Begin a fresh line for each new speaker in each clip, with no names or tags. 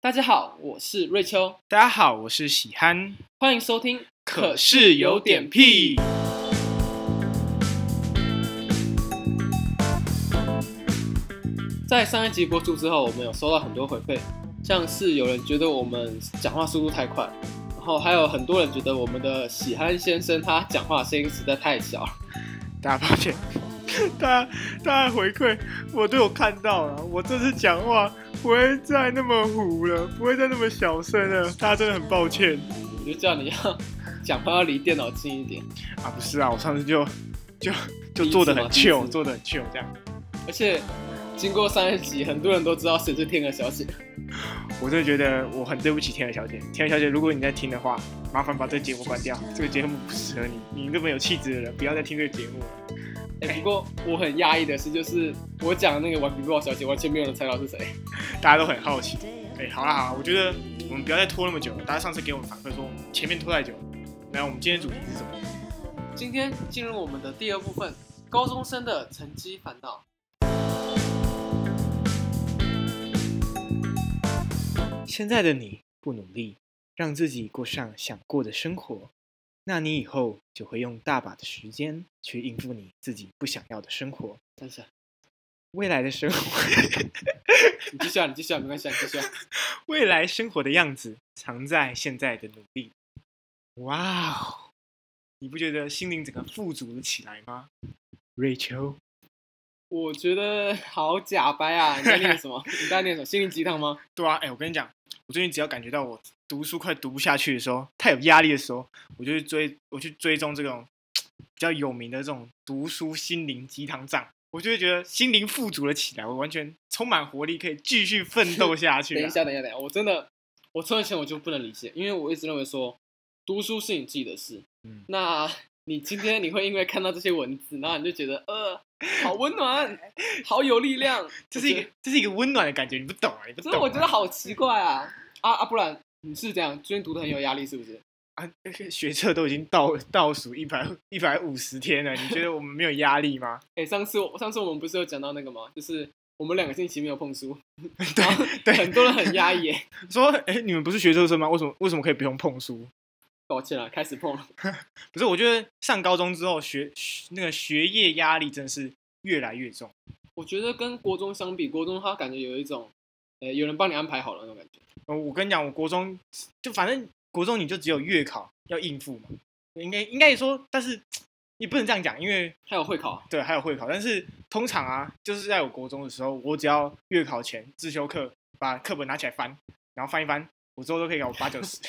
大家好，我是瑞秋，
大家好，我是喜憨，
欢迎收听。
可是有点屁。
在上一集播出之后，我们有收到很多回馈，像是有人觉得我们讲话速度太快，然后还有很多人觉得我们的喜憨先生他讲话声音实在太小。
大家抱歉， 大家大家回馈我都有看到了，我这次讲话不会再那么糊了，不会再那么小声了，大家真的很抱歉
我就叫你要讲话要离电脑近一点，
啊！不是啊，我上次就就就做的很
第一次嘛第一
chill，
次
做的很 chill 这样，
而且经过上一集，很多人都知道谁是天鹅小姐。
我真的觉得我很对不起天儿小姐，天儿 小姐，如果你在听的话，麻烦把这个节目关掉，这个节目不适合你，你这么有气质的人，不要再听这个节目了。
哎、不过我很压抑的是，就是我讲的那个顽皮豹小姐，完全没有人猜到是谁。
大家都很好奇。哎、好啦好啦，我觉得我们不要再拖那么久了。大家上次给我们反馈说我们前面拖太久了，然后我们今天的主题是什么？
今天进入我们的第二部分，高中生的成绩烦恼。
现在的你不努力，让自己过上想过的生活，那你以后就会用大把的时间去应付你自己不想要的生活。
等一下，
未来的生活，
你继续啊，你继续啊，没关系啊，你继续啊。
未来生活的样子藏在现在的努力。哇哦，你不觉得心灵整个富足了起来吗？瑞秋，
我觉得好假掰啊！你在念什么？你在念什么？心灵鸡汤吗？
对啊，哎、我跟你讲，我最近只要感觉到我读书快读不下去的时候，太有压力的时候，我就去追，我去追踪这种比较有名的这种读书心灵鸡汤账，我就会觉得心灵富足了起来，我完全充满活力，可以继续 奋斗下去、啊。
等一下，等一下，等一下，我真的，我从以前我就不能理解，因为我一直认为说，读书是你自己的事。
嗯
那你今天你会因为看到这些文字，然后你就觉得，呃，好温暖，好有力 量。
这是一 个这是一个温暖的感觉，你不懂啊，你不
所
懂、
以
啊。
我觉得好奇怪啊！啊啊，不然你是这样，最近读的很有压力，是不是？
啊，学测都已经倒倒数一百一百五十天了，你觉得我们没有压力吗？
哎、上次我上次我们不是有讲到那个吗？就是我们两个星期没有碰书，然后
对对，
很多人很压抑耶。
说哎、你们不是学测生吗？为什么为什么可以不用碰书？
抱歉啊了，开始碰了。
不是，我觉得上高中之后学学那个学业压力真的是越来越重。
我觉得跟国中相比，国中他感觉有一种，呃、有人帮你安排好了那种感觉。
呃我跟你讲，我国中就反正国中你就只有月考要应付嘛，应该应该也说，但是也不能这样讲，因为
还有会考，啊
对还有会考，但是通常啊，就是在我国中的时候，我只要月考前自修课把课本拿起来翻，然后翻一翻，我之后都可以考八九十。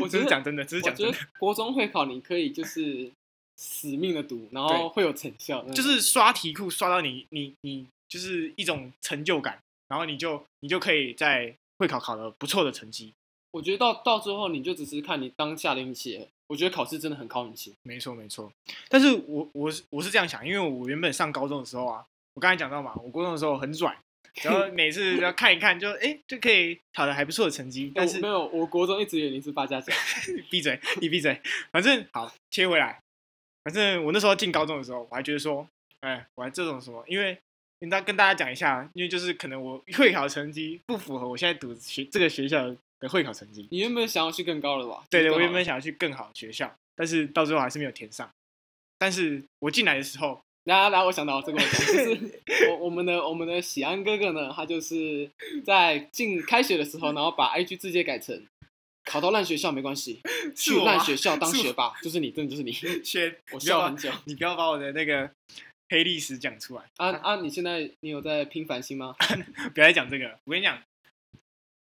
我
只
觉
是
得
讲真的，只
我
是讲
觉
真
得
的，
国中会考你可以就是死命的读，然后会有成效。那种
就是刷题库刷到你你你就是一种成就感，然后你就你就可以在会考考了不错的成绩。
我觉得到到最后你就只是看你当下的运气而已。我觉得考试真的很考运气。
没错没错，但是我我是我是这样想，因为我原本上高中的时候啊，我刚才讲到嘛，我高中的时候很软，然后每次只要看一看就哎、诶就可以考得还不错的成绩，但
我
是
没有，我国中一直以为你是八家将。
闭嘴你闭嘴，反正好切回来，反正我那时候进高中的时候，我还觉得说，哎，我还这种什么，因为跟大跟大家讲一下，因为就是可能我会考成绩不符合我现在读学这个学校的会考成绩，
你原本想要去更高了吧？
对
就是
对，我
更好
原本想要去更好的学校，但是到最后还是没有填上，但是我进来的 时候。
来来来，我想到这个问题，就是 我我们的我们的喜安哥哥呢，他就是在进开学的时候，然后把 IG 字节改成考到烂学校没关 系，
是
去
我吗
烂学校当
是我啊
学霸，就是你，真的 就是你。
先，
我
你不要
笑
把
很久。
你不要把我的那个黑历史讲出来，
啊啊！你现在你有在拼繁星 吗？
不要再讲这个了。我跟你讲，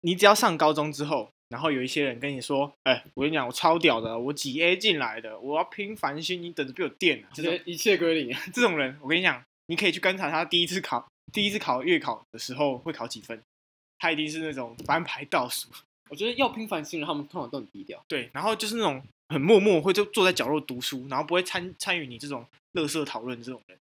你只要上高中之后，然后有一些人跟你说，哎、我跟你讲，我超屌的，我几 A 进来的，我要拼繁星，你等着被我电啊！这
直
种
接一切归零。
这种人，我跟你讲，你可以去观察他第一次考第一次考月考的时候会考几分，他一定是那种翻牌倒数，
我觉得要拼繁星的，他们通常都很低调。
对，然后就是那种很默默会就坐在角落读书，然后不会参参与你这种乐色讨论这种人。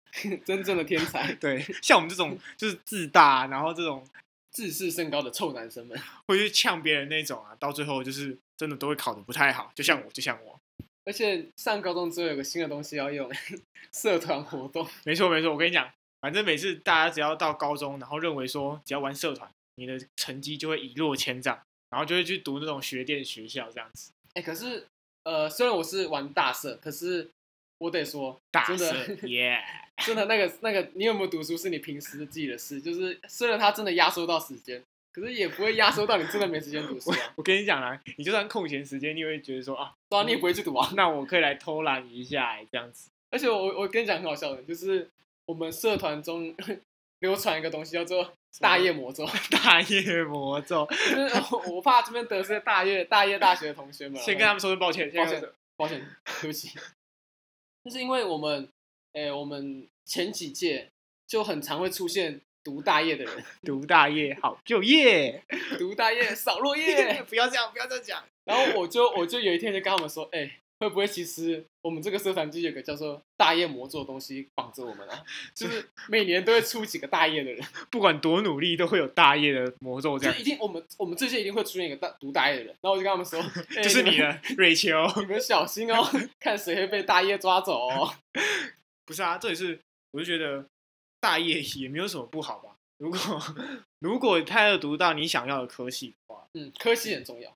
真正的天才，
对， 像我们这种就是自大，啊然后这种
自视甚高的臭男生们。
会去呛别人那种啊，到最后就是真的都会考得不太好，就像我，就像我，
而且上高中之后有个新的东西要用， 社团活动。
没错没错，我跟你讲，反正每次大家只要到高中，然后认为说只要玩社团，你的成绩就会一落千丈，然后就会去读那种学店学校这样子。
哎、可是呃，虽然我是玩大社，可是我得说，
大
真的
社耶
真的那个那个，你有没有读书是你平时自己的事，就是虽然它真的压缩到时间，可是也不会压缩到你真的没时间读书啊，
我跟你讲啦，你就算空闲时间，你也会觉得说啊，
对啊，你也不会去读啊。
那我可以来偷懒一下欸这样子。
而且我我跟你讲很好笑的，就是我们社团中 流传一个东西叫做大夜魔咒，
大夜魔咒，
就是 我我怕这边得罪大业大业大学的同学们啊，
先跟他们说声抱歉，先
抱
跟他们
歉
说
抱歉，对不起，就是因为我们哎、我们前几届就很常会出现读大业的人，
读大业好就业，
读大业扫落叶。
不要这样，不要这样讲。
然后我就我就有一天就跟他们说，哎、会不会其实我们这个社团就有个叫做大业魔咒的东西绑着我们啊？就是每年都会出几个大业的人，
不管多努力，都会有大业的魔 咒，这
就
样
一定我们我们这些一定会出现一个大读大业的人。然后我就跟他们说，哎
就是你
们
的瑞秋。
你们小心哦， 看谁会被大业抓走哦。
不是啊，这也是我就觉得大业也没有什么不好吧。如果 如果他要读到你想要的科系的话，
嗯，科系很重要。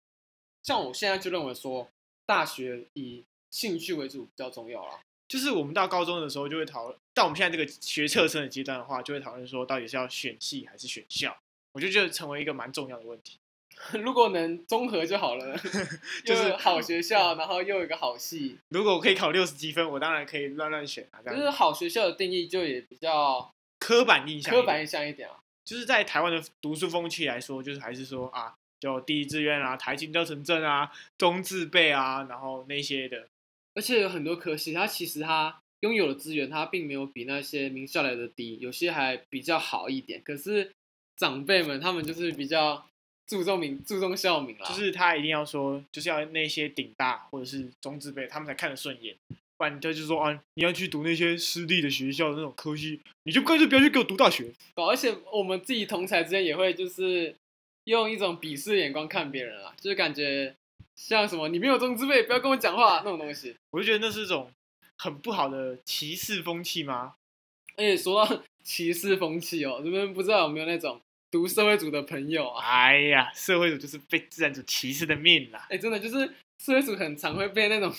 像我现在就认为说，大学以兴趣为主比较重要啦。
就是我们到高中的时候就会讨论，到我们现在这个学测生的阶段的话，就会讨论说到底是要选系还是选校。我就觉得成为一个蛮重要的问题。
如果能综合就好了，
就
就是是好学校，然后又有一个好系，
如果我可以考六十积分，我当然可以乱乱选啊，这
就
样
是好学校的定义就也比较
刻板印象一点。
刻板印象一点啊。
就是在台湾的读书风气来说，就是还是说啊，就第一志愿啊，台清交城镇啊，中字辈啊，然后那些的，
而且有很多科系，它其实它拥有的资源，它并没有比那些名校来的低，有些还比较好一点。可是长辈们他们就是比较注重名，注重校名啦，
就是他一定要说，就是要那些顶大或者是中字辈，他们才看得顺眼。不然他就说啊，你要去读那些私立的学校的那种科系，你就干脆不要去给我读大学。
对而且我们自己同才之间也会就是用一种鄙视的眼光看别人啦，就是感觉像什么你没有中资辈，不要跟我讲话那种东西。
我就觉得那是一种很不好的歧视风气吗？
而且说到 歧视风气哦，你们不知道有没有那种读社会组的朋友啊？
哎呀，社会主就是被自然主歧视的命啦。
哎、真的就是社会组很常会被那种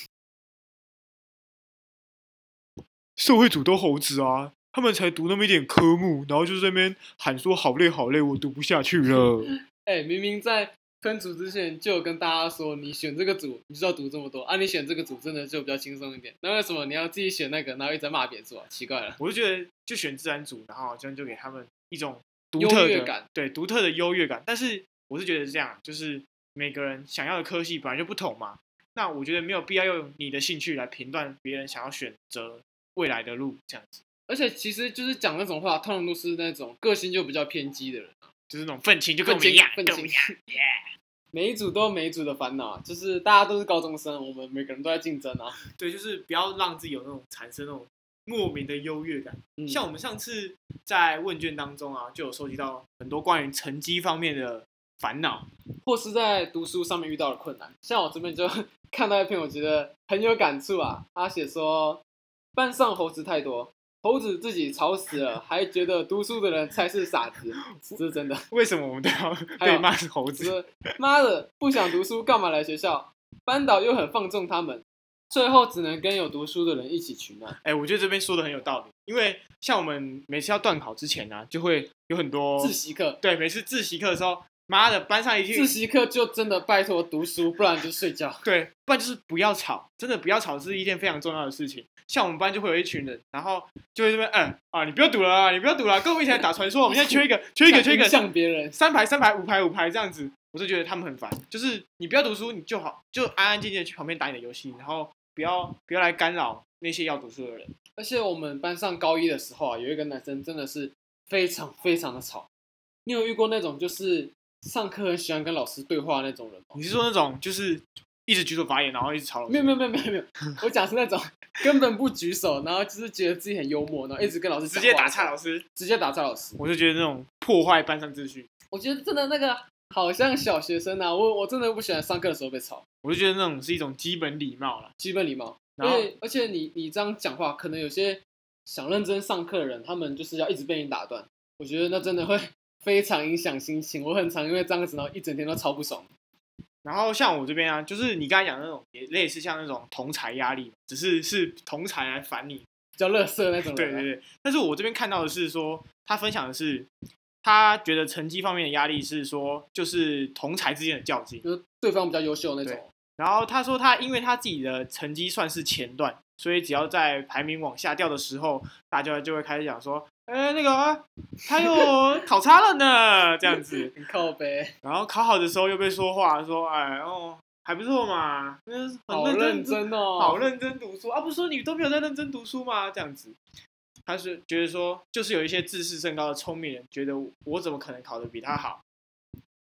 社会组都猴子啊，他们才读那么一点科目，然后就在那边喊说好累好累，我读不下去了。
哎、明明在分组之前就有跟大家说，你选这个组你就要读这么多啊，你选这个组真的就比较轻松一点。那为什么你要自己选那个，然后一直在骂别组啊？奇怪了，
我就觉得就选自然组，然后这样就给他们一种独
优
特
越
的
感，
对独特的优越感。但是我是觉得这样，就是每个人想要的科系本来就不同嘛，那我觉得没有必要用你的兴趣来评断别人想要选择未来的路，这样子
而且其实就是讲那种话，通常都是那种个性就比较偏激的人，
就是那种愤青，就
愤
跟我们
青
一样，
愤
跟我们
青
一样。。
每一组都有每一组的烦恼啊，就是大家都是高中生，我们每个人都在竞争啊。
对，就是不要让自己有那种产生那种莫名的优越感。
嗯
像我们上次在问卷当中啊，就有收集到很多关于成绩方面的烦恼。
或是在读书上面遇到的困难。像我这边就 看到一篇，我觉得很有感触啊。他写说，班上猴子太多，猴子自己吵死了，还觉得读书的人才是傻 子，这是真的。
为什么我们都要
还有
被骂是猴
就
子？
是妈的，不想读书干嘛来学校？班导又很放纵他们，最后只能跟有读书的人一起取暖。
哎、我觉得这边说的很有道理，因为像我们每次要断考之前呢、啊，就会有很多
自习课，
对，每次自习课的时候，妈的，班上一句
自习课就真的拜托读书，不然就睡觉。
对，不然就是不要吵，真的不要吵是一件非常重要的事情。像我们班就会有一群人，然后就会这边，嗯啊，你不要赌了啊，你不要赌了啊，跟我们一起来打传说，我们现在缺一个，缺一个，缺一个，
像别人，
三排三排五排五排这样子，我就觉得他们很烦。就是你不要读书，你就好，就安安静静的去旁边打你的游戏，然后不要不要来干扰那些要读书的人。
而且我们班上高一的时候啊，有一个男生真的是非常非常的吵。你有遇过那种就是上课很喜欢跟老师对话那种人吗？
你是说那种就是一直举手发言，然后一直吵老师
没有没有没有没有没有，我讲是那种根本不举手，然后就是觉得自己很幽默，然后一直跟老师
直接打岔老
师，
师，
直接打岔老师。
我就觉得那种破坏班上秩序，
我觉得真的那个好像小学生啊，我我真的不喜欢上课的时候被吵，
我就觉得那种是一种基本礼貌了。
基本礼貌。
然后
而且而且你你这样讲话，可能有些想认真上课的人，他们就是要一直被你打断，我觉得那真的会 非常影响心情。我很常因为这样子，然后一整天都超不爽。
然后像我这边啊，就是你刚才讲的那种，也类似像那种同才压力，只是是同才来烦你。
比较乐色那种
对
人啊。
对对。但是我这边看到的是说，他分享的是他觉得成绩方面的压力是说，就是同才之间的较劲。
就是对方比较优秀那种
对。然后他说他因为他自己的成绩算是前段，所以只要在排名往下掉的时候，大家就会开始讲说，哎，那个啊 他又考差了呢，这样子。
很靠背，
然后考好的时候又被说话说，哎哦还不错嘛，嗯，很
好认
真
真哦，
好认真读书啊！不是说你都没有在认真读书吗？这样子，他是觉得说，就是有一些自视甚高的聪明人，觉得我怎么可能考得比他好？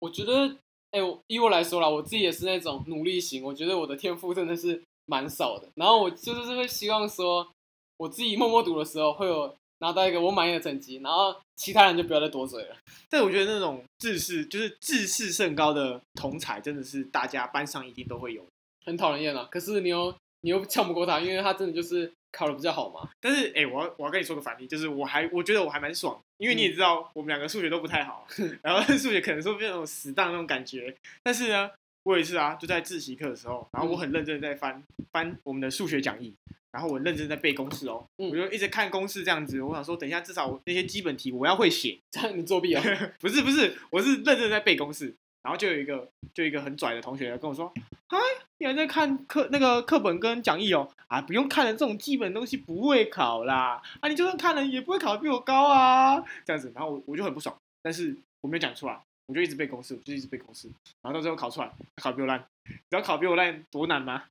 我觉得，哎、我以我来说啦，我自己也是那种努力型，我觉得我的天赋真的是蛮少的。然后我就是会希望说，我自己默默读的时候会有拿到一个我满意的成绩，然后其他人就不要再多嘴了。
但我觉得那种自视就是自视甚高的同才，真的是大家班上一定都会有。
很讨人厌啊，可是你又你又呛不过他，因为他真的就是考的比较好嘛。
但是，哎、我要我要跟你说个反例，就是我还我觉得我还蛮爽，因为你也知道我们两个数学都不太好， 然后数学可能说变成那种死当那种感觉。但是呢，我也是啊，就在自习课的时候，然后我很认真地在翻翻我们的数学讲义，然后我认真地在背公式哦，
嗯
我就一直看公式这样子。我想说，等一下至少我那些基本题我要会写，
这样你作弊啊？
不是不是，我是认真地在背公式。然后就有一个就有一个很拽的同学跟我说：“哎，你还在看课那个课本跟讲义哦？啊，不用看了，这种基本东西不会考啦。啊，你就算看了也不会考得比我高啊。”这样子，然后我我就很不爽，但是我没有讲出来，我就一直背公式，我就一直背公式，然后到最后考出来，考得比我烂。你知道考得比我烂多难吗？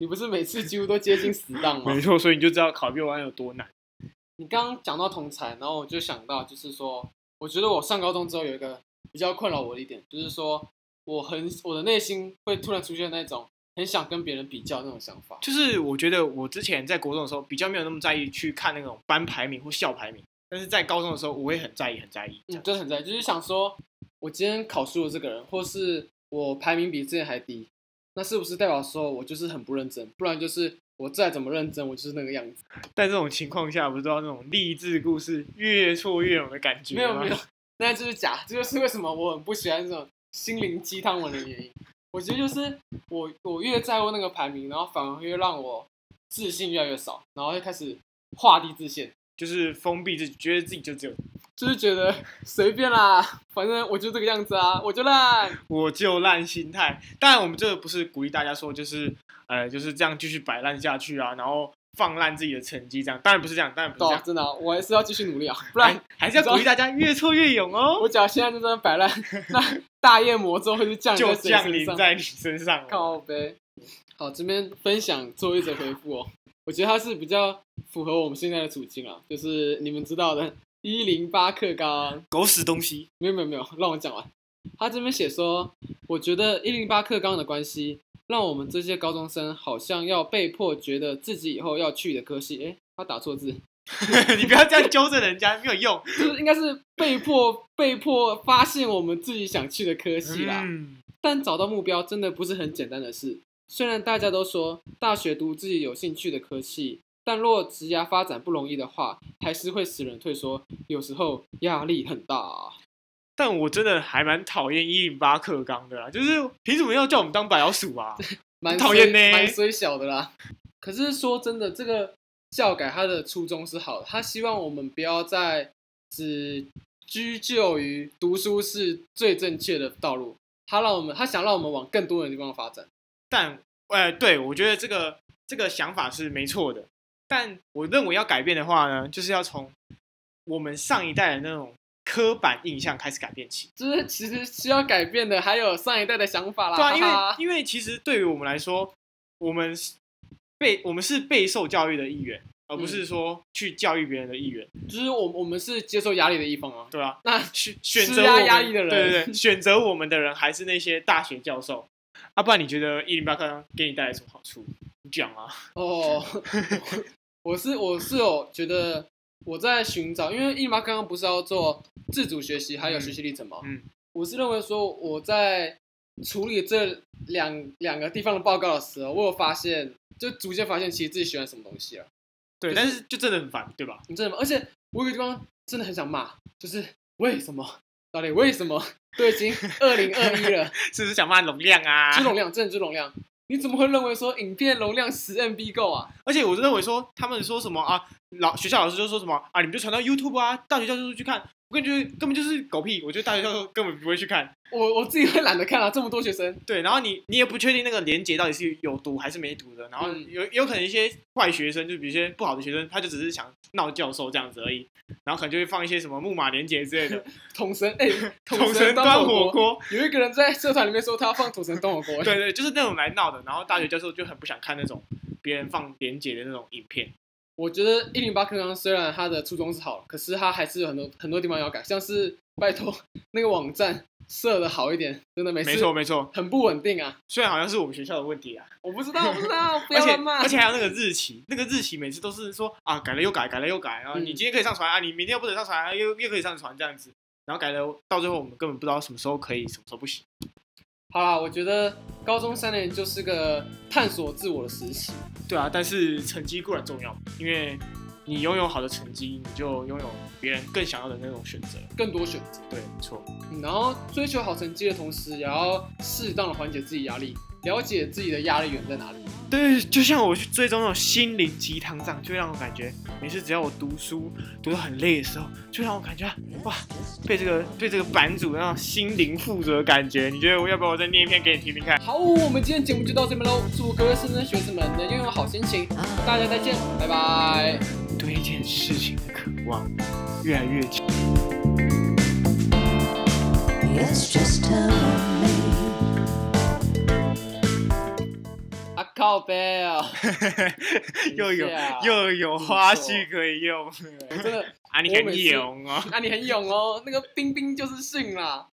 你不是每次几乎都接近死档吗？
错，所以你就知道考得比我烂有多难。
你刚刚讲到同才，然后我就想到，就是说，我觉得我上高中之后有一个比较困扰我的一点，就是说，我很我的内心会突然出现那种很想跟别人比较那种想法。
就是我觉得我之前在国中的时候比较没有那么在意去看那种班排名或校排名，但是在高中的时候我会很在意，很在意。
嗯，
这样
真的很在意，就是想说，我今天考输了这个人，或是我排名比之前还低，那是不是代表说我就是很不认真？不然就是我再怎么认真，我就是那个样子。
但这种情况下，不知道那种励志故事越挫越勇的感觉
没有没有
吗，
那就是假，这就是为什么我很不喜欢这种心灵鸡汤文的原因。我觉得就是我我越在乎那个排名，然后反而会让我自信越来越少，然后就开始画地自限，
就是封闭自己，觉得自己就只有
就是觉 得随便啦，反正我就这个样子啊，我就烂。
我就烂心态。当然，我们这个不是鼓励大家说就是呃就是这样继续摆烂下去啊，然后放烂自己的成绩这样。当然不是这样，当然不
对
是
啊
这样，，哎
真的啊、我还是要继续努力啊，不然
还还是要鼓励大家越挫越勇哦，
我假如现在就在那摆 烂，那大夜魔咒会是降临
就
在谁
降
身
临
上？
在你身上了。
靠呗。好，这边分享作为者回复哦，我觉得它是比较符合我们现在的处境啊，就是你们知道的，一零八课纲。
狗屎东西！
没有没有没有，让我讲完。他这边写说，我觉得一零八课纲的关系，让我们这些高中生好像要被迫觉得自己以后要去的科系，诶，他打错字，
你不要这样纠正人家，没有用。
就是应该是被迫被迫发现我们自己想去的科系啦。
嗯，
但找到目标真的不是很简单的事。虽然大家都说大学读自己有兴趣的科系，但若职涯发展不容易的话，还是会使人退缩，有时候压力很大啊。
但我真的还蛮讨厌一零八克刚的啦，就是凭什么要叫我们当白老 鼠啊？
蛮
讨厌
衰
呢
蛮虽小的啦。可是说真的，这个教改他的初衷是好的，他希望我们不要再只拘就于读书是最正确的道路，他让我们他想让我们往更多的地方发展。
但，呃，对我觉得这个这个想法是没错的。但我认为要改变的话呢，就是要从我们上一代的那种刻板印象开始改变起。
就是其实需要改变的还有上一代的想法啦。
对啊，因
哈
为
哈
因为其实对于我们来说，我们是被我们是备受教育的一员，而不是说去教育别人的一员，
就是我我们是接受压力的一方啊。
对吧、
那
选选
施
择
压
我们
压力的人
对对对，选择我们的人还是那些大学教授。啊，不然你觉得一零八课给你带来什么好处？你讲啊，
哦， 我是我是有觉得我在寻找，因为一妈刚刚不是要做自主学习还有学习历程吗？
嗯嗯
我是认为说我在处理这两两个地方的报告的时候，我有发现，就逐渐发现其实自己喜欢什么东西了。
对，
就是
但是就真的很烦，对吧？
你真的吗？而且我有个地方真的很想骂，就是为什么到底为什么？都已经二零二一了，
是不是想骂容量啊？
知容量，真的知容量，你怎么会认为说影片容量十 MB 够啊？
而且我认为说，他们说什么啊，老学校老师就说什么啊，你们就传到 YouTube 啊，大学教授去看，我感觉根本就是狗屁。我觉得大学教授根本不会去看。
我我自己会懒得看啊，这么多学生，
对，然后你你也不确定那个连接到底是有读还是没读的，然后
嗯
有也有可能一些坏学生，就比如一些不好的学生，他就只是想闹教授这样子而已，然后可能就会放一些什么木马连接之类的，
统神哎，
桶
神
神
端
端火
锅，
锅，
有一个人在社团里面说他要放统神端火 锅，
对对，就是那种来闹的。然后大学教授就很不想看那种别人放连接的那种影片，
我觉得一零八课纲虽然它的初衷是好，可是它还是有很多很多地方要改，像是拜托那个网站设的好一点，真的每次
没错没错，
很不稳定啊！
虽然好像是我们学校的问题啊。
我不知道，我不知 道，不
而
要
且
乱骂。
而且还有那个日期，那个日期每次都是说啊改了又改，改了又改，然后
嗯
你今天可以上传啊，你明天又不能上传啊，又又可以上传这样子，然后改了到最后我们根本不知道什么时候可以，什么时候不行。
好啦，我觉得高中三年就是个探索自我的时期。
对啊，但是成绩固然重要，因为你拥有好的成绩，你就拥有别人更想要的那种选择。
更多选择，
对，没错，
嗯然后追求好成绩的同时，也要适当的缓解自己压力，了解自己的压力源在哪里。
对，就像我去追踪那种心灵鸡汤这样，就会让我感觉每次只要我读书读得很累的时候，就让我感觉哇，被这个被这个版主那种心灵富足的感觉。你觉得我要不要我再念一篇给你听听看？
好，我们今天节目就到这边喽，祝各位师生学子们能拥有好心情，大家再见，拜拜。
对一件事情的渴望越来越强。
It's just how me.
啊靠背啊！
又有
等一下啊
又有花絮可以用
真的，
啊！你很勇哦，
啊，你很勇哦，那个冰冰就是训啦。